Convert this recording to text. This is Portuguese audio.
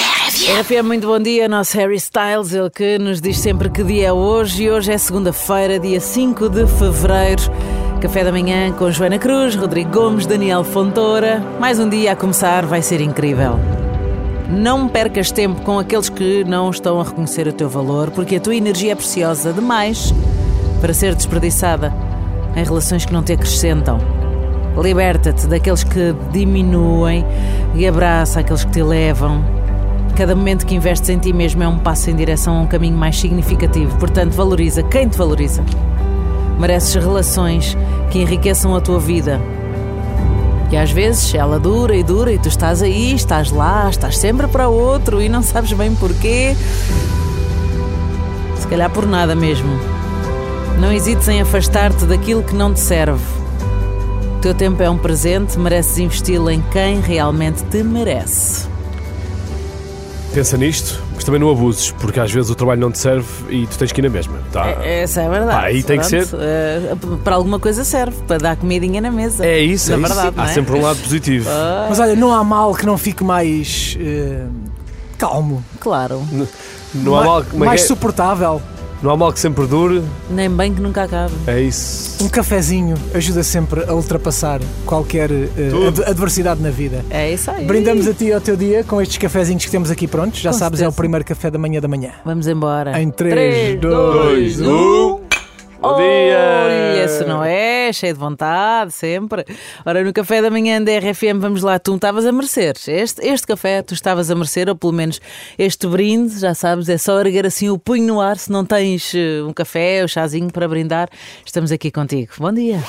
RFM, muito bom dia, nosso Harry Styles, ele que nos diz sempre que dia é hoje e hoje é segunda-feira, dia 5 de fevereiro. Café da manhã com Joana Cruz, Rodrigo Gomes, Daniel Fontoura. Mais um dia a começar, vai ser incrível. Não percas tempo com aqueles que não estão a reconhecer o teu valor, porque a tua energia é preciosa demais para ser desperdiçada em relações que não te acrescentam. Liberta-te daqueles que diminuem e abraça aqueles que te elevam. Cada momento que investes em ti mesmo é um passo em direção a um caminho mais significativo. Portanto, valoriza quem te valoriza. Mereces relações que enriqueçam a tua vida. E às vezes ela dura e dura e tu estás aí, estás lá, estás sempre para outro e não sabes bem porquê. Se calhar por nada mesmo. Não hesites em afastar-te daquilo que não te serve. O teu tempo é um presente, mereces investi-lo em quem realmente te merece. Pensa nisto, mas também não abuses, porque às vezes o trabalho não te serve e tu tens que ir na mesma. Tá? Essa é a verdade. Pá, aí tem que ser. eh, para alguma coisa serve, para dar comidinha na mesa. É isso, na é isso. verdade, não Há é? Ah. sempre um lado positivo. Mas olha, não há mal que não fique mais eh, calmo, Claro, Não, há ma- mal, que- como é mais que é? suportável. não há mal que sempre dure, nem bem que nunca acabe. é isso. Um cafezinho ajuda sempre a ultrapassar qualquer eh, Tudo. ad- adversidade na vida. É isso aí. Brindamos a ti e ao teu dia com estes cafezinhos que temos aqui prontos. Já Com sabes, é o certeza. primeiro café da manhã da manhã. Vamos embora. Em 3, Três, 2, 1. um. Bom dia! Olha, se não é, cheio de vontade, sempre. Ora, no café da manhã da RFM, vamos lá, tu estavas a merecer. Este, este café tu estavas a merecer, ou pelo menos este brinde, já sabes, é só erguer assim o punho no ar se não tens eh, um café ou chazinho para brindar. Estamos aqui contigo. Bom dia.